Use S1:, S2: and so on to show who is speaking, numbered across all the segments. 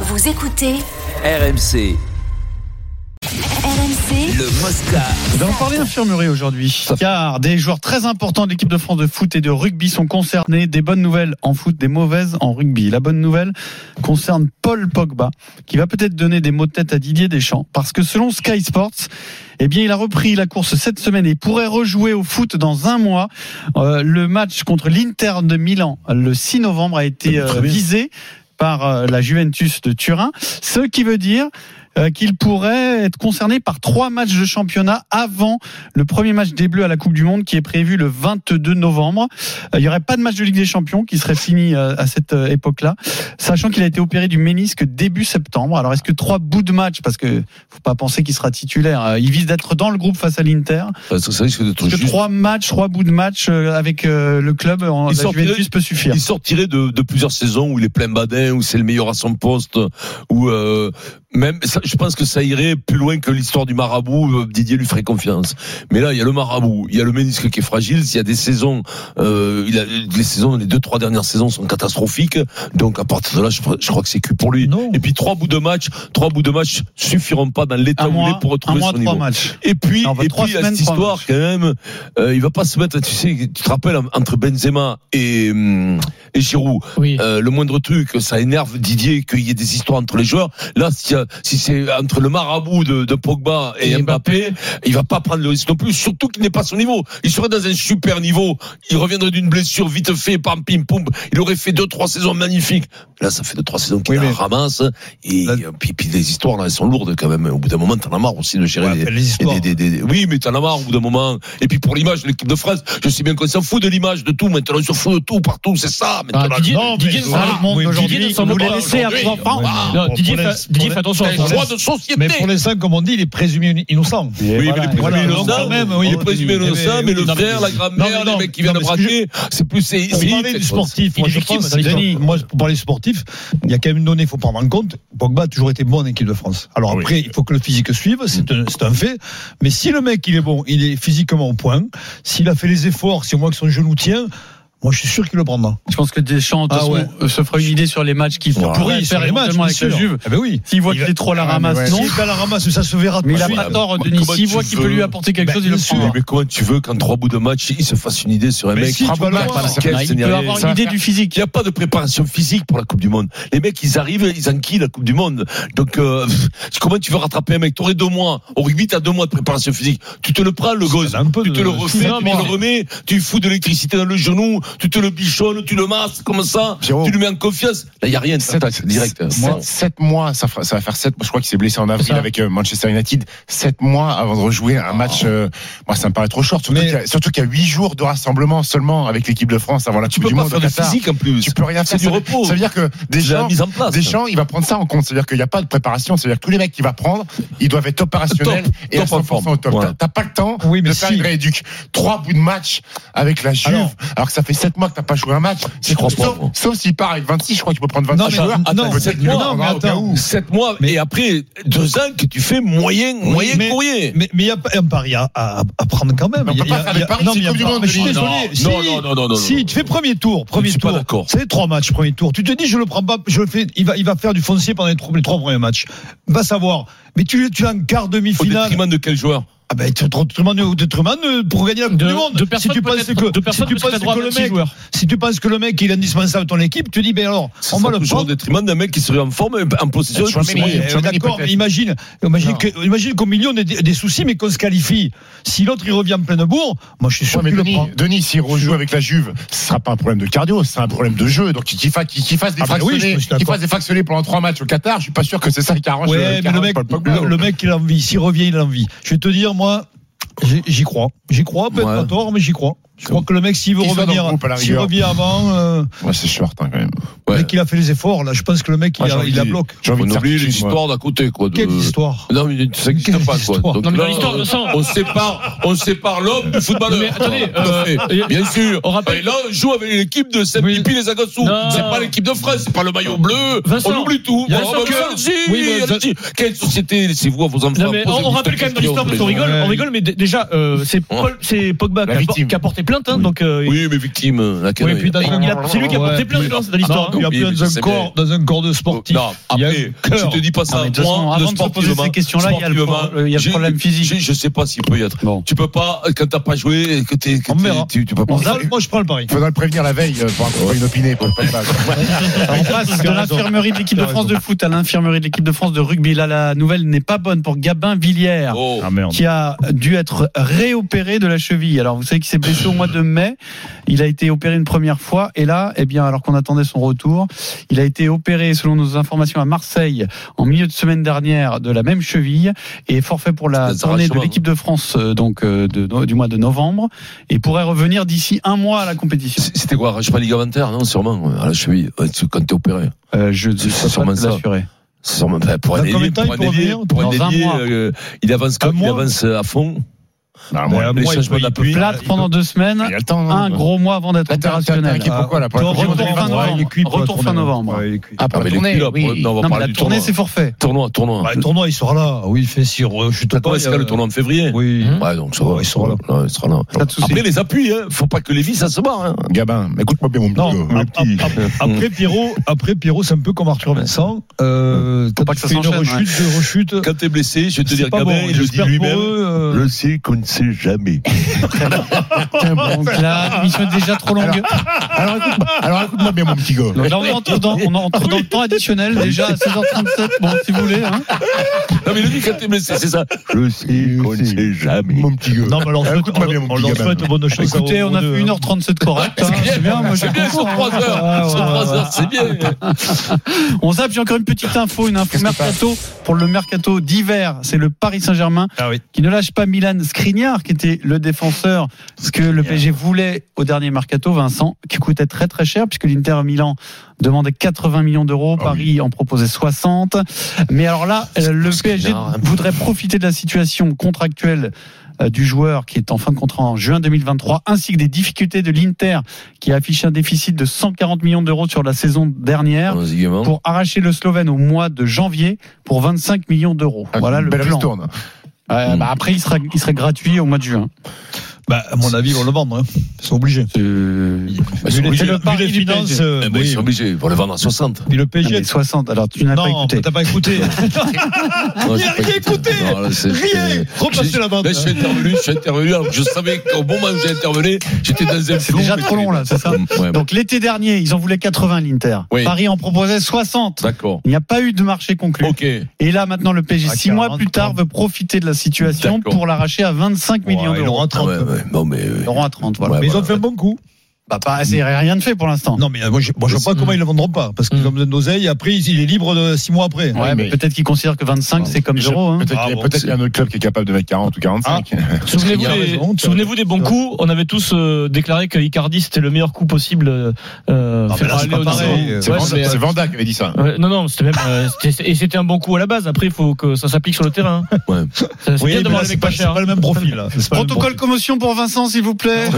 S1: Vous écoutez
S2: RMC,
S1: RMC
S2: le Mosca.
S3: On va en parler infirmerie aujourd'hui, car des joueurs très importants de l'équipe de France de foot et de rugby sont concernés. Des bonnes nouvelles en foot, des mauvaises en rugby. La bonne nouvelle concerne Paul Pogba, qui va peut-être donner des mots de tête à Didier Deschamps, parce que selon Sky Sports, eh bien, il a repris la course cette semaine et pourrait rejouer au foot dans un mois. Euh, le match contre l'Inter de Milan le 6 novembre a été euh, visé par euh, la Juventus de Turin, ce qui veut dire euh, qu'il pourrait être concerné par trois matchs de championnat avant le premier match des Bleus à la Coupe du Monde qui est prévu le 22 novembre. Euh, Il n'y aurait pas de match de Ligue des Champions qui serait fini euh, à cette euh, époque-là, sachant qu'il a été opéré du ménisque début septembre. Alors est-ce que trois bouts de match, parce que faut pas penser qu'il sera titulaire, euh, il vise d'être dans le groupe face à l'Inter.
S4: Parce que ça risque d'être
S3: Est-ce que
S4: juste.
S3: trois matchs, trois bouts de match euh, avec euh, le club en
S4: Il
S3: la
S4: sortirait-
S3: Juventus peut suffire
S4: Il sortirait de, de plusieurs saisons où il est plein badin, où c'est le meilleur à son poste, où euh, même ça- je pense que ça irait plus loin que l'histoire du marabout. euh, Didier lui ferait confiance. Mais là, il y a le marabout, il y a le ménisque qui est fragile. S'il y a des saisons, euh, il a, les saisons, les deux trois dernières saisons sont catastrophiques. Donc à partir de là, je, je crois que c'est cul pour lui.
S3: Non.
S4: Et puis trois bouts de match, trois bouts de match suffiront pas dans l'état
S3: Un
S4: où il
S3: mois,
S4: est pour
S3: un
S4: retrouver
S3: mois,
S4: son
S3: trois
S4: niveau.
S3: matchs.
S4: Et puis,
S3: Non, on va
S4: et
S3: trois
S4: puis il y a
S3: semaines,
S4: cette
S3: trois
S4: histoire
S3: matchs.
S4: quand même, euh, il va pas se mettre, tu sais, tu te rappelles entre Benzema et, hum, et Giroud,
S5: Oui.
S4: euh, le moindre truc, ça énerve Didier qu'il y ait des histoires entre les joueurs. Là, si, euh, si c'est entre le marabout de, de Pogba et,
S5: Et
S4: Mbappé, il va pas prendre le risque non plus, surtout qu'il n'est pas à son niveau. Il serait dans un super niveau, il reviendrait d'une blessure vite fait, pam pim poum, il aurait fait deux trois saisons magnifiques. Là, ça fait deux trois saisons qu'il
S6: Oui,
S4: la
S6: mais-
S4: ramasse et
S6: Là-
S4: euh, puis, puis les histoires là, elles sont lourdes quand même. Au bout d'un moment, t'en as marre aussi de gérer
S6: Ouais,
S4: les-
S6: appelle les
S4: et
S6: histoires.
S4: des- des- des- Oui, mais t'en as marre au bout d'un moment. Et puis pour l'image de l'équipe de France, je sais bien qu'on s'en fout de l'image, de tout. Maintenant, on se fout de tout, partout, c'est ça. Maintenant,
S5: Ah, Didier-
S6: Non, mais-
S5: Didier ne s'en
S6: Ah,
S5: moque pas.
S6: oui,
S5: Didier ne
S3: Aujourd'hui,
S5: s'en
S3: vous
S5: moque
S3: les
S5: pas.
S3: laissez à
S4: aujourd'hui,
S3: trois francs.
S4: ouais. Ah,
S5: Non,
S6: bon,
S5: Didier,
S6: pour
S5: fa-
S6: les-
S5: Didier,
S6: pour
S5: fais attention.
S4: t'as le
S5: attention.
S4: droit de
S6: hein. Mais
S4: société.
S6: pour l'instant, comme on dit, il est présumé innocent.
S4: Oui, mais les
S6: voilà,
S4: présumés
S6: non,
S4: innocents, Oh,
S6: quand même, oui,
S4: les
S6: oui,
S4: présumés
S6: oui,
S4: innocents,
S6: oui,
S4: mais
S6: oui,
S4: le
S6: non,
S4: frère,
S6: mais-
S4: la grand-mère,
S6: non, mais
S4: les
S6: non,
S4: mecs qui viennent
S6: non, mais ce que
S4: braquer, c'est plus, c'est,
S6: Pour
S4: c'est-
S6: parler
S4: c'est-
S6: du sportif,
S5: Il
S6: moi
S5: est
S6: je
S5: victime
S6: pense,
S5: dans l'histoire.
S6: Denis, moi, pour parler sportif, il y a quand même une donnée, il faut prendre en compte. Pogba a toujours été bon en équipe de France. Alors après, il faut que le physique suive, c'est un, c'est un fait. Mais si le mec, il est bon, il est physiquement au point, s'il a fait les efforts, si au moins que son genou tient, moi je suis sûr qu'il le prendra.
S3: Je pense que Deschamps de toute
S6: Ah
S3: façon,
S6: ouais.
S3: euh, se fera une idée sur les matchs qu'il
S4: Ouais.
S3: pourrait
S6: Oui, sur
S3: faire
S6: les Ah, matchs,
S3: éventuellement
S6: bien
S3: avec la
S6: sûr.
S3: Juve.
S6: Ah ben oui.
S3: S'il voit que
S6: va-
S3: les trois la ramassent, non.
S6: S'il va la ramasse, ça se verra.
S3: Mais il a
S6: Oui,
S3: pas
S4: mais
S3: tort,
S4: comment
S3: Denis.
S4: tu
S3: S'il voit qu'il peut
S4: veux
S3: lui apporter quelque
S6: Bah,
S3: chose, il le
S6: bien sûr.
S3: prend.
S4: Mais comment tu veux qu'en trois bouts de match, il se fasse une idée sur un
S6: Mais
S4: mec
S6: si, tu vas le voir.
S4: Quel
S3: Il peut
S4: scénario.
S3: avoir une idée du
S4: Il
S3: physique.
S4: n'y a pas de préparation physique pour la Coupe du Monde. Les mecs, ils arrivent, ils enquillent la Coupe du Monde. Donc, euh, pff, comment tu veux rattraper un mec T'aurais deux mois. Au rugby, t'as deux mois de préparation physique. Tu te le prends, le gosse.
S6: un peu
S4: Tu te
S6: de-
S4: le refais, tu
S5: Non, mais-
S4: le remets, tu fous de l'électricité dans le genou, tu te le bichonnes, tu le masses comme ça,
S7: Jérôme.
S4: tu lui mets en confiance. Là, il n'y a rien,
S7: Sept-
S4: t'attaques direct. euh,
S7: sept-
S4: Moi,
S7: sept- sept mois, ça, fera- ça va faire 7 Je crois qu'il s'est blessé en
S5: C'est
S7: avril
S5: ça.
S7: avec euh, Manchester United. 7 mois avant de rejouer un match.
S4: Oh.
S7: euh, moi, ça me paraît trop short. Surtout
S6: Mais-
S7: qu'il y a- surtout qu'il y a 8 jours de rassemblement seulement avec l'équipe de France avant la
S4: tu
S7: Coupe
S4: peux
S7: du
S4: pas
S7: Monde
S4: faire
S7: au
S4: de
S7: Qatar.
S4: physique en plus.
S7: Tu peux rien
S4: C'est
S7: faire.
S4: du
S7: ça, veut-
S4: repos.
S7: Ça veut dire que
S4: C'est la
S7: Deschamps,
S4: mise en place.
S7: Deschamps, il va prendre ça en compte. C'est-à-dire qu'il n'y a pas de préparation. C'est-à-dire que tous les mecs qu'il va prendre, ils doivent être opérationnels
S4: Top.
S7: et
S4: Top
S7: à
S4: en
S7: 100% au top.
S4: forme.
S7: T'as- T'as pas le temps
S6: Oui, mais
S7: de faire
S6: si.
S7: une rééduque. Trois bouts de match avec la Juve, alors,
S6: Alors-
S7: que ça fait 7 mois que t'as pas joué un match. C'est
S4: crois pas,
S7: sauf
S4: moi.
S7: sauf s'il part avec 26, je crois qu'il peut prendre 26
S6: Non, mais-
S7: joueurs.
S6: non,
S7: Peut-être
S4: sept
S7: qu'il le
S4: mois,
S7: prendra
S6: mais
S7: au cas
S6: attends.
S7: où.
S4: Sept mois,
S6: Mais-
S4: et après, deux ans que tu fais moyen, moyen
S6: mais-
S4: courrier.
S6: Mais mais il y a pas- un pari à, à- à prendre quand même.
S7: Mais on
S6: Il y a-
S7: peut pas
S6: il y a-
S7: faire des paris,
S6: non,
S7: c'est
S6: mais il y a
S7: Coupe du
S6: pas-
S7: Monde,
S6: mais je suis
S7: Denis.
S6: désolé, si-
S4: non, non, non, non, non, non.
S6: Si tu fais premier tour, premier
S4: suis pas
S6: tour,
S4: d'accord.
S6: c'est trois matchs, premier tour. Tu te dis, je le prends pas, je le fais, il va, il va faire du foncier pendant les trois, les trois premiers matchs. Va savoir. Mais tu, tu as un quart
S4: Au
S6: demi-finale.
S4: détriment de quel joueur
S6: Ah ben, tu te retrouves au détriment de- euh, pour gagner la Coupe
S5: De-
S6: du Monde.
S5: de personnes
S6: si tu penses
S5: peut-être-
S6: que,
S5: de personnes
S6: si tu
S5: parce que t'as
S6: penses
S5: droit à
S6: que le
S5: vingt-six
S6: mec,
S5: joueurs.
S6: si tu penses que le mec, il est indispensable à ton équipe, tu dis, ben alors,
S4: Ça
S6: on
S4: sera
S6: va le
S4: toujours au
S6: prendre.
S4: détriment d'un mec qui serait en forme, en possession.
S7: Chouameni,
S4: plus moyen.
S7: oui.
S6: Eh,
S7: Chouameni,
S6: D'accord,
S7: peut-être.
S6: mais imagine, imagine,
S7: Non.
S6: que, imagine qu'au milieu on ait des, des soucis, mais qu'on se qualifie. Si l'autre il revient en pleine bourre, moi je suis sûr
S7: Ouais, mais
S6: qu'il le
S7: Denis,
S6: prend.
S7: Denis, s'il rejoue avec la Juve, ce sera pas un problème de cardio, c'est un problème de jeu. Donc qu'il fasse, qu'il qu'il fasse des
S6: Ah ben oui,
S7: fractionnés,
S6: je suis
S7: qu'il
S6: d'accord.
S7: fasse des fractionnés pendant trois matchs au Qatar, je suis pas sûr que c'est ça qui arrange.
S6: Ouais,
S7: qui
S6: mais le
S7: arrange
S6: mec,
S7: Paul Pogba.
S6: le, le mec, il a envie. S'il revient, il a envie. Je vais te dire, moi, j'ai- j'y crois. J'y crois, peut-être
S4: Ouais.
S6: pas tort, mais j'y crois. Je crois que le mec, s'il veut
S7: Qu'il soit dans le
S6: revenir,
S7: groupe, à la
S6: s'il
S7: rigueur.
S6: revient avant, euh,
S7: Ouais, c'est short hein, quand même.
S4: Ouais.
S6: mais qu'il a fait les efforts, là, je pense que le mec,
S7: Ah,
S6: il,
S7: j'ai
S6: a-
S7: envie
S6: il la
S7: de-
S6: bloque.
S7: J'ai envie
S4: On
S7: de
S4: oublie
S7: certitude,
S4: les
S7: moi.
S4: histoires d'à côté, quoi. de-
S6: Quelle histoire
S4: Non, mais ça
S6: Quelle
S4: n'existe pas, quoi.
S6: histoire
S4: Donc
S5: Non, mais dans
S4: là,
S5: l'histoire,
S4: euh,
S5: Vincent-
S4: on sépare, on sépare l'homme du footballeur.
S5: Mais attendez,
S4: Tout à fait.
S5: euh,
S4: bien sûr.
S5: on rappelle-
S4: Et là, on joue avec l'équipe de saint
S5: Oui.
S4: pipi les Agassous.
S5: Non.
S4: C'est pas l'équipe de France, c'est pas le maillot bleu.
S5: Vincent,
S4: on oublie tout.
S5: il y a
S4: Voilà,
S5: le
S4: bah,
S5: soccer.
S4: Vincent, si,
S5: Oui, mais
S4: il y a le
S5: Vincent-
S4: petit- Quelle société laissez-vous à vos enfants
S5: Non, mais on, on rappelle quand même dans l'histoire parce qu'on rigole, on rigole, mais d- déjà euh, c'est Paul- c'est Pogba
S7: La
S5: qui a, por-
S7: victime.
S5: qui a porté
S1: plaintes, hein,
S4: Oui.
S1: donc. euh,
S4: Oui, mais victime, la
S1: Oui, et
S4: canaille.
S1: puis d'un- il a- c'est lui qui a porté
S6: Ouais.
S1: plainte hein, c'est dans l'histoire.
S6: Non, il y a
S4: Oui,
S6: plein
S4: mais
S6: dans
S4: c'est
S6: un corps, dans un corps de sportif.
S4: Non,
S6: Il y a
S4: après,
S6: un cœur.
S4: je te dis pas
S3: Non,
S4: ça.
S3: mais de toute façon,
S4: Moi,
S3: avant de se poser
S4: sportivement,
S3: ces questions-là, il y a le pro-
S4: sportivement,
S3: le- il y a le
S4: j'ai-
S3: problème physique.
S4: j'ai- Je sais pas s'il peut y être.
S3: Bon.
S4: Tu peux pas, quand t'as pas joué, que t'es, que
S6: On
S4: t'es-
S6: verra.
S4: tu, tu peux pas.
S6: Bon, ça, moi, je prends le pari.
S7: Il faudra le prévenir la veille euh, pour un coup inopiné. pour le prendre pas.
S3: On passe de l'infirmerie de l'équipe de France de foot à l'infirmerie de l'équipe de France de rugby. Là, la nouvelle n'est pas bonne pour Gabin Villière.
S4: Oh.
S6: merde.
S3: qui a dû être réopéré de la cheville. Alors vous savez qu'il s'est blessé au mois de mai, il a été opéré une première fois et là, eh bien alors qu'on attendait son retour, il a été opéré selon nos informations à Marseille en milieu de semaine dernière de la même cheville et forfait pour la
S4: C'est un
S3: tournée de
S4: arrachement,
S3: l'équipe de France euh, donc euh, de- no- du mois de novembre et pourrait revenir d'ici un mois à la compétition.
S4: C- C'était quoi, arrache pas ligamentaire, non, sûrement, à la cheville, ouais, tu- quand t'es opéré.
S3: Euh, je ne
S4: C'est
S3: peux
S4: sûrement
S3: pas te
S4: ça.
S3: l'assurer.
S4: C'est sûrement, enfin, pour un
S6: Dans combien
S4: ailier,
S6: de temps
S4: pour un
S6: il peut
S4: ailier,
S6: revenir
S4: pour un
S3: Dans un
S4: ailier,
S3: mois.
S4: euh, il avance
S6: Un
S4: comme, il
S6: mois
S4: avance à fond.
S6: Ben,
S7: Non, Bah, moi,
S4: les
S6: moi, il
S4: changements
S6: peut- il
S4: d'appui.
S6: peut-
S3: Plate pendant deux
S7: Il y
S3: semaines,
S7: a le temps. hein. non
S3: un gros mois avant d'être
S7: Là, t'as- t'as- t'as
S3: opérationnel.
S7: inquiété pourquoi là pour la
S6: Retour
S7: Coupe du
S3: fin
S7: Monde
S3: novembre.
S6: Ouais, il est cuit pour la
S3: Retour fin
S6: tournée.
S3: novembre.
S6: Ouais, il est cuit.
S7: Ah, pour
S4: Ah,
S7: la
S4: mais les
S7: tournée,
S4: culottes,
S7: oui.
S4: pour- non, on va
S3: Non, mais
S4: parler
S3: la
S4: du
S3: tournée,
S4: tournoi.
S3: c'est forfait.
S4: Tournoi, tournoi.
S6: Bah, le tournoi, il sera là. Oui, il fait si. re- Je suis
S4: T'as pas
S3: euh,
S4: escalé le tournoi en février. Mmh.
S6: Oui.
S4: Ouais, donc ça va.
S6: Ouais, il sera là.
S4: Ouais, il sera là.
S3: Pas de souci.
S4: Après, les appuis, hein, faut pas que les vis, ça se barre, hein. Mmh.
S7: Gabin, écoute-moi bien mon petit.
S6: Non,
S7: euh, mon
S6: ap-
S7: petit.
S6: ap- ap- après Pierrot, après Pierrot, c'est un peu comme Arthur Vincent. Euh, t'as
S3: pas que ça
S6: fait une
S3: s'enchaîne,
S6: rechute, de rechute.
S4: Quand t'es blessé, je vais te
S6: C'est
S4: dire,
S6: pas
S4: Gabin,
S6: bon.
S4: il le dit
S6: J'espère pour
S4: lui-même.
S6: eux, euh,
S4: Je sais qu'on ne sait jamais.
S3: Donc là, l'émission est déjà trop longue.
S7: Ah, Alors écoute-moi alors, écoute-moi bien mon petit gars.
S3: Donc là, on rentre dans, on rentre dans le temps additionnel déjà à 16h37. Bon, si vous voulez. Hein.
S4: Non, mais le dit quand t'es blessé, Ah, c'est ça. Je sais qu'on ne sait jamais.
S7: Euh, Mon petit gars.
S6: Non, mais alors,
S7: Alors, écoute-moi bien, mon
S6: on
S7: petit
S6: leur
S7: gamin.
S6: souhaite bonne chance. à
S3: Écoutez, on a
S6: Romain de-
S3: fait 1h37 correct. hein. C'est bien, moi j'ai
S4: C'est bien, ils sont
S3: content, hein.
S4: 3 heures. Ah, Ils sont
S3: Ouais, ouais,
S4: 3
S3: ouais.
S4: heures, c'est bien.
S3: On zappe, j'ai encore une petite info, une info
S7: Qu'est-ce que
S3: mercato pour le mercato d'hiver. C'est le Paris Saint-Germain
S6: Ah oui.
S3: qui ne lâche pas Milan Skriniar, qui était le défenseur ce que le PSG voulait au dernier mercato, Vincent, qui coûtait très très cher puisque l'Inter Milan demandait 80 millions d'euros,
S7: Ah
S3: Paris en proposait 60. Mais alors là, euh, le PSG
S4: Skriniar, hein.
S3: voudrait profiter de la situation contractuelle euh, du joueur qui est en fin de contrat en juin 2023, ainsi que des difficultés de l'Inter qui a affiché un déficit de 140 millions d'euros sur la saison dernière
S4: Allons-y,
S7: Oh.
S4: gamin.
S3: pour arracher le Slovène au mois de janvier pour 25 millions d'euros.
S7: Ah,
S3: Voilà le
S7: belle
S3: plan.
S7: ristourne.
S3: Ouais, bah après, il sera, il sera gratuit au mois de juin.
S6: Bah, à mon avis, ils vont le vendre. Hein. C'est obligé.
S4: Bah, c'est
S6: Vu les-
S4: obligé.
S6: vu
S3: le pari
S6: les
S3: du
S6: finances,
S3: PSG.
S6: euh,
S4: Eh ben,
S6: oui.
S4: ils sont obligés. Ils vont le vendre à 60.
S6: Puis le
S3: Non, Ah, mais
S6: PSG.
S3: 60, alors tu n'as pas
S6: Non,
S3: écouté.
S6: t'as pas écouté.
S4: Non, j'ai
S6: Rien
S4: pas
S6: écouté.
S4: Non, là, c'est-
S6: Rien.
S4: c'est-
S6: Repassez
S4: j'ai-
S6: la bande.
S4: Là, je suis intervenu, je suis intervenu. Alors que je savais qu'au moment où j'ai intervenu, j'étais dans un
S3: C'est
S4: flou,
S3: déjà
S4: mais-
S3: trop long, là, c'est
S6: Ah
S3: ça
S4: Ouais,
S3: Donc l'été dernier, ils en voulaient 80 l'Inter.
S4: Oui.
S3: Paris en proposait 60.
S4: D'accord.
S3: Il n'y a pas eu de marché conclu.
S4: Ok.
S3: Et là, maintenant, le PSG,
S6: À
S3: 6
S6: 40,
S3: mois plus tard, veut profiter de la situation
S4: D'accord.
S3: pour l'arracher à 25 millions
S6: Ouais, ils
S3: d'euros.
S6: auront
S4: Ah,
S6: 30.
S4: ouais, ouais. Non, mais. euh,
S3: Ils auront à 30, voilà.
S4: Ouais,
S6: Mais ils ont
S4: voilà.
S6: fait un bon coup.
S3: Bah, pas, c'est rien de fait pour l'instant.
S6: Non, mais euh, moi, je moi, je vois pas comment ils le vendront pas. Parce qu'ils ont besoin d'oseille. et Après, il est libre de 6 mois après.
S3: Ouais, mais,
S7: mais-
S3: peut-être qu'ils considèrent que 25, c'est comme
S7: Je-
S3: zéro. Hein.
S7: Peut-être qu'il y
S6: Ah,
S7: a-
S6: bon,
S7: peut-être qu'il y a un autre club qui est capable de mettre 40 ou 45.
S1: Souvenez-vous
S4: Il y a
S1: des,
S6: raison, tu as
S1: souvenez-vous des bons coups. On avait tous euh, déclaré que Icardi c'était le meilleur coup possible. euh, Euh,
S6: Ah,
S1: fait
S6: mais là,
S1: par
S6: c'est
S1: Léo
S6: pas
S1: Navas.
S6: pareil.
S1: Ouais,
S7: C'est
S1: mais,
S7: Vanda- c'est Vanda qui avait dit ça.
S1: euh, ouais, non, non, c'était même euh, c'était- et c'était un bon coup à la base. Après, il faut que ça s'applique sur le terrain.
S4: Ouais.
S1: Ça, C'est
S6: Oui,
S1: bien
S6: mais là,
S1: d'avoir les
S6: c'est
S1: mecs
S6: pas,
S1: pas
S6: c'est
S1: chers.
S6: pas le même profil. là. C'est pas le même
S3: Protocole commotion pour Vincent, s'il vous plaît.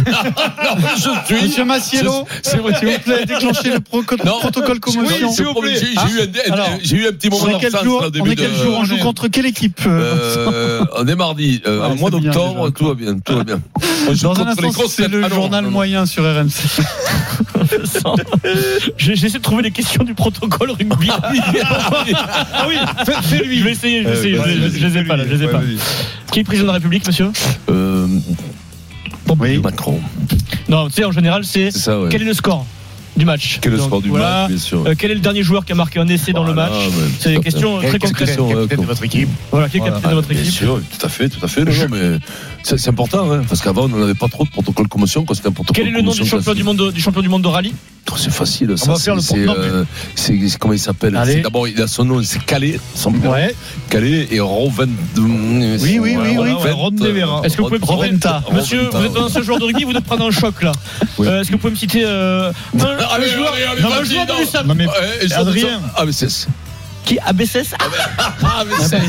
S4: Je suis.
S3: Monsieur Massiello, s'il vous plaît, déclenchez le pro-
S4: Non.
S3: protocole commotion.
S4: Oui, s'il vous plaît. Ah, J'ai j'ai eu, un-
S3: Alors,
S4: j'ai eu un petit moment
S3: on est quel
S4: d'absence
S3: jour
S4: là, au
S3: On
S4: début
S3: est quel
S4: de-
S3: jour On joue contre quelle équipe euh,
S4: Euh, on est mardi, euh,
S3: Ouais,
S4: au mois
S3: c'est bien,
S4: d'octobre,
S3: déjà.
S4: tout va bien, tout va bien. On joue
S3: Dans
S4: contre
S3: un
S4: les
S3: instant,
S4: grosses
S3: c'est
S4: têtes.
S3: le
S4: Ah non,
S3: journal
S4: non, non.
S3: moyen sur RMC.
S1: J'ai- J'essaie de trouver les questions du protocole rugby. ah oui, fais-lui. Je vais essayer, je vais essayer.
S6: profil.
S1: je, les- je les ai pas là, je les ai
S6: Ouais,
S1: pas.
S6: vas-y.
S1: Qui est président de la République, monsieur
S4: Euh,
S3: Oui.
S4: Macron,
S1: Non, tu sais, en général, c'est
S4: c'est ça, ouais.
S1: quel est le score du match
S4: Quel est le
S1: Donc,
S4: sport du
S1: voilà.
S4: match, bien sûr.
S1: Euh, quel est le dernier joueur qui a marqué un essai dans le
S4: Voilà,
S1: match
S4: ouais,
S1: C'est
S4: tout
S1: des
S4: à fait.
S1: questions euh, très
S4: Quel- quel-
S1: concrètes.
S4: question, ouais,
S7: Capitaine de votre équipe.
S1: Voilà, qui est
S6: Voilà.
S1: capitaine de votre
S4: Oh Bien
S1: équipe
S4: sûr, tout à fait, tout à fait. non, non, mais c'est c'est important, hein, parce qu'avant, on n'avait pas trop de protocole commotion quand c'était un protocole
S1: Quel est le nom du
S4: commotion
S1: champion du
S4: classique.
S1: monde de, du champion du monde de rallye
S4: Oh, C'est facile, ça.
S6: va faire le
S4: c'est-
S6: porte-
S4: c'est, euh, c'est- c'est- comment il s'appelle
S3: Allez.
S4: C'est D'abord, il a son nom, c'est Calais, son prénom.
S3: Ouais.
S4: Calais et Roven.
S3: oui, oui, oui.
S6: Ron Devera.
S1: Est-ce que vous pouvez me citer-
S3: Roventa.
S1: Monsieur, vous êtes un seul joueur de rugby, vous devez prendre un choc là.
S4: Oui.
S1: Euh, Est-ce que vous pouvez me citer euh, un, un
S4: Allez,
S1: joueur
S4: allez, allez,
S1: Non, mais
S4: vas-y,
S1: un joueur
S4: non.
S1: de l'USAM
S6: Non, mais
S4: Ouais, et ça-
S6: Adrien.
S4: ça- Ah, mais c'est.
S1: Qui ABSS Ah,
S3: ABSL.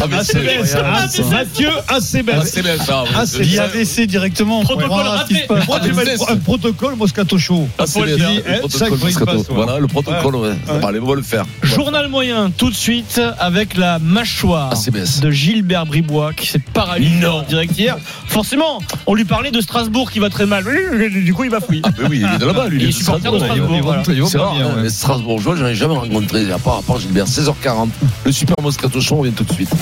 S4: Ah, mais c'est
S3: incroyable, ça.
S6: Mathieu Acebel.
S4: c'est bien ça.
S6: Ah, c'est
S3: Dit
S6: bien.
S3: ABC directement. on
S1: Protocole
S3: comprendra ce qui se
S1: raté.
S3: passe.
S6: Moi, tu mets un protocole Moscato Show.
S4: Ah, c'est
S6: Faut
S4: bien,
S6: le dire,
S4: le
S6: hein, ça, il
S4: protocole
S6: faut y
S4: Moscato.
S6: passer, ouais.
S4: Voilà, le protocole, ouais. Bon, allez, on va le faire.
S1: Journal moyen, tout de suite, avec la mâchoire
S4: ACBS.
S1: de Gilbert Bribois, qui s'est paralysé
S4: Non.
S1: en direct hier. Forcément, on lui parlait de Strasbourg qui va très mal. Du coup, il va fouiller.
S4: Ah, Mais oui, il est de là-bas, lui.
S1: Il
S4: il
S1: est
S4: est
S1: supporter de
S4: Strasbourg.
S1: Strasbourg. voilà.
S6: Ils vont
S4: C'est
S6: pas
S4: rare,
S6: bien,
S4: hein,
S6: ouais.
S4: les Strasbourgeois, j'en ai jamais rencontré, à part, à part Gilbert. 16h40, le super Moscato Show, on vient tout de suite.